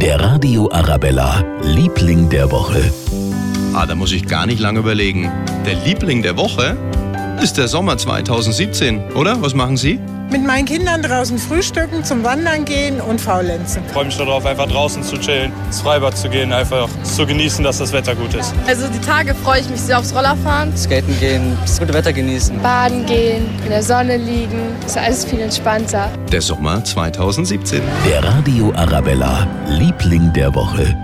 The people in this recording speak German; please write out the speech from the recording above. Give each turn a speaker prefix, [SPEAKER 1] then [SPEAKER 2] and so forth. [SPEAKER 1] Der Radio Arabella, Liebling der Woche.
[SPEAKER 2] Ah, da muss ich gar nicht lange überlegen. Der Liebling der Woche ist der Sommer 2017, oder? Was machen Sie?
[SPEAKER 3] Mit meinen Kindern draußen frühstücken, zum Wandern gehen und faulenzen.
[SPEAKER 4] freue mich darauf, einfach draußen zu chillen, ins Freibad zu gehen, einfach zu genießen, dass das Wetter gut ist.
[SPEAKER 5] Also die Tage freue ich mich sehr aufs Rollerfahren.
[SPEAKER 6] Skaten gehen, das gute Wetter genießen.
[SPEAKER 5] Baden gehen, in der Sonne liegen. Ist alles viel entspannter.
[SPEAKER 2] Der Sommer 2017.
[SPEAKER 1] Der Radio Arabella, Liebling der Woche.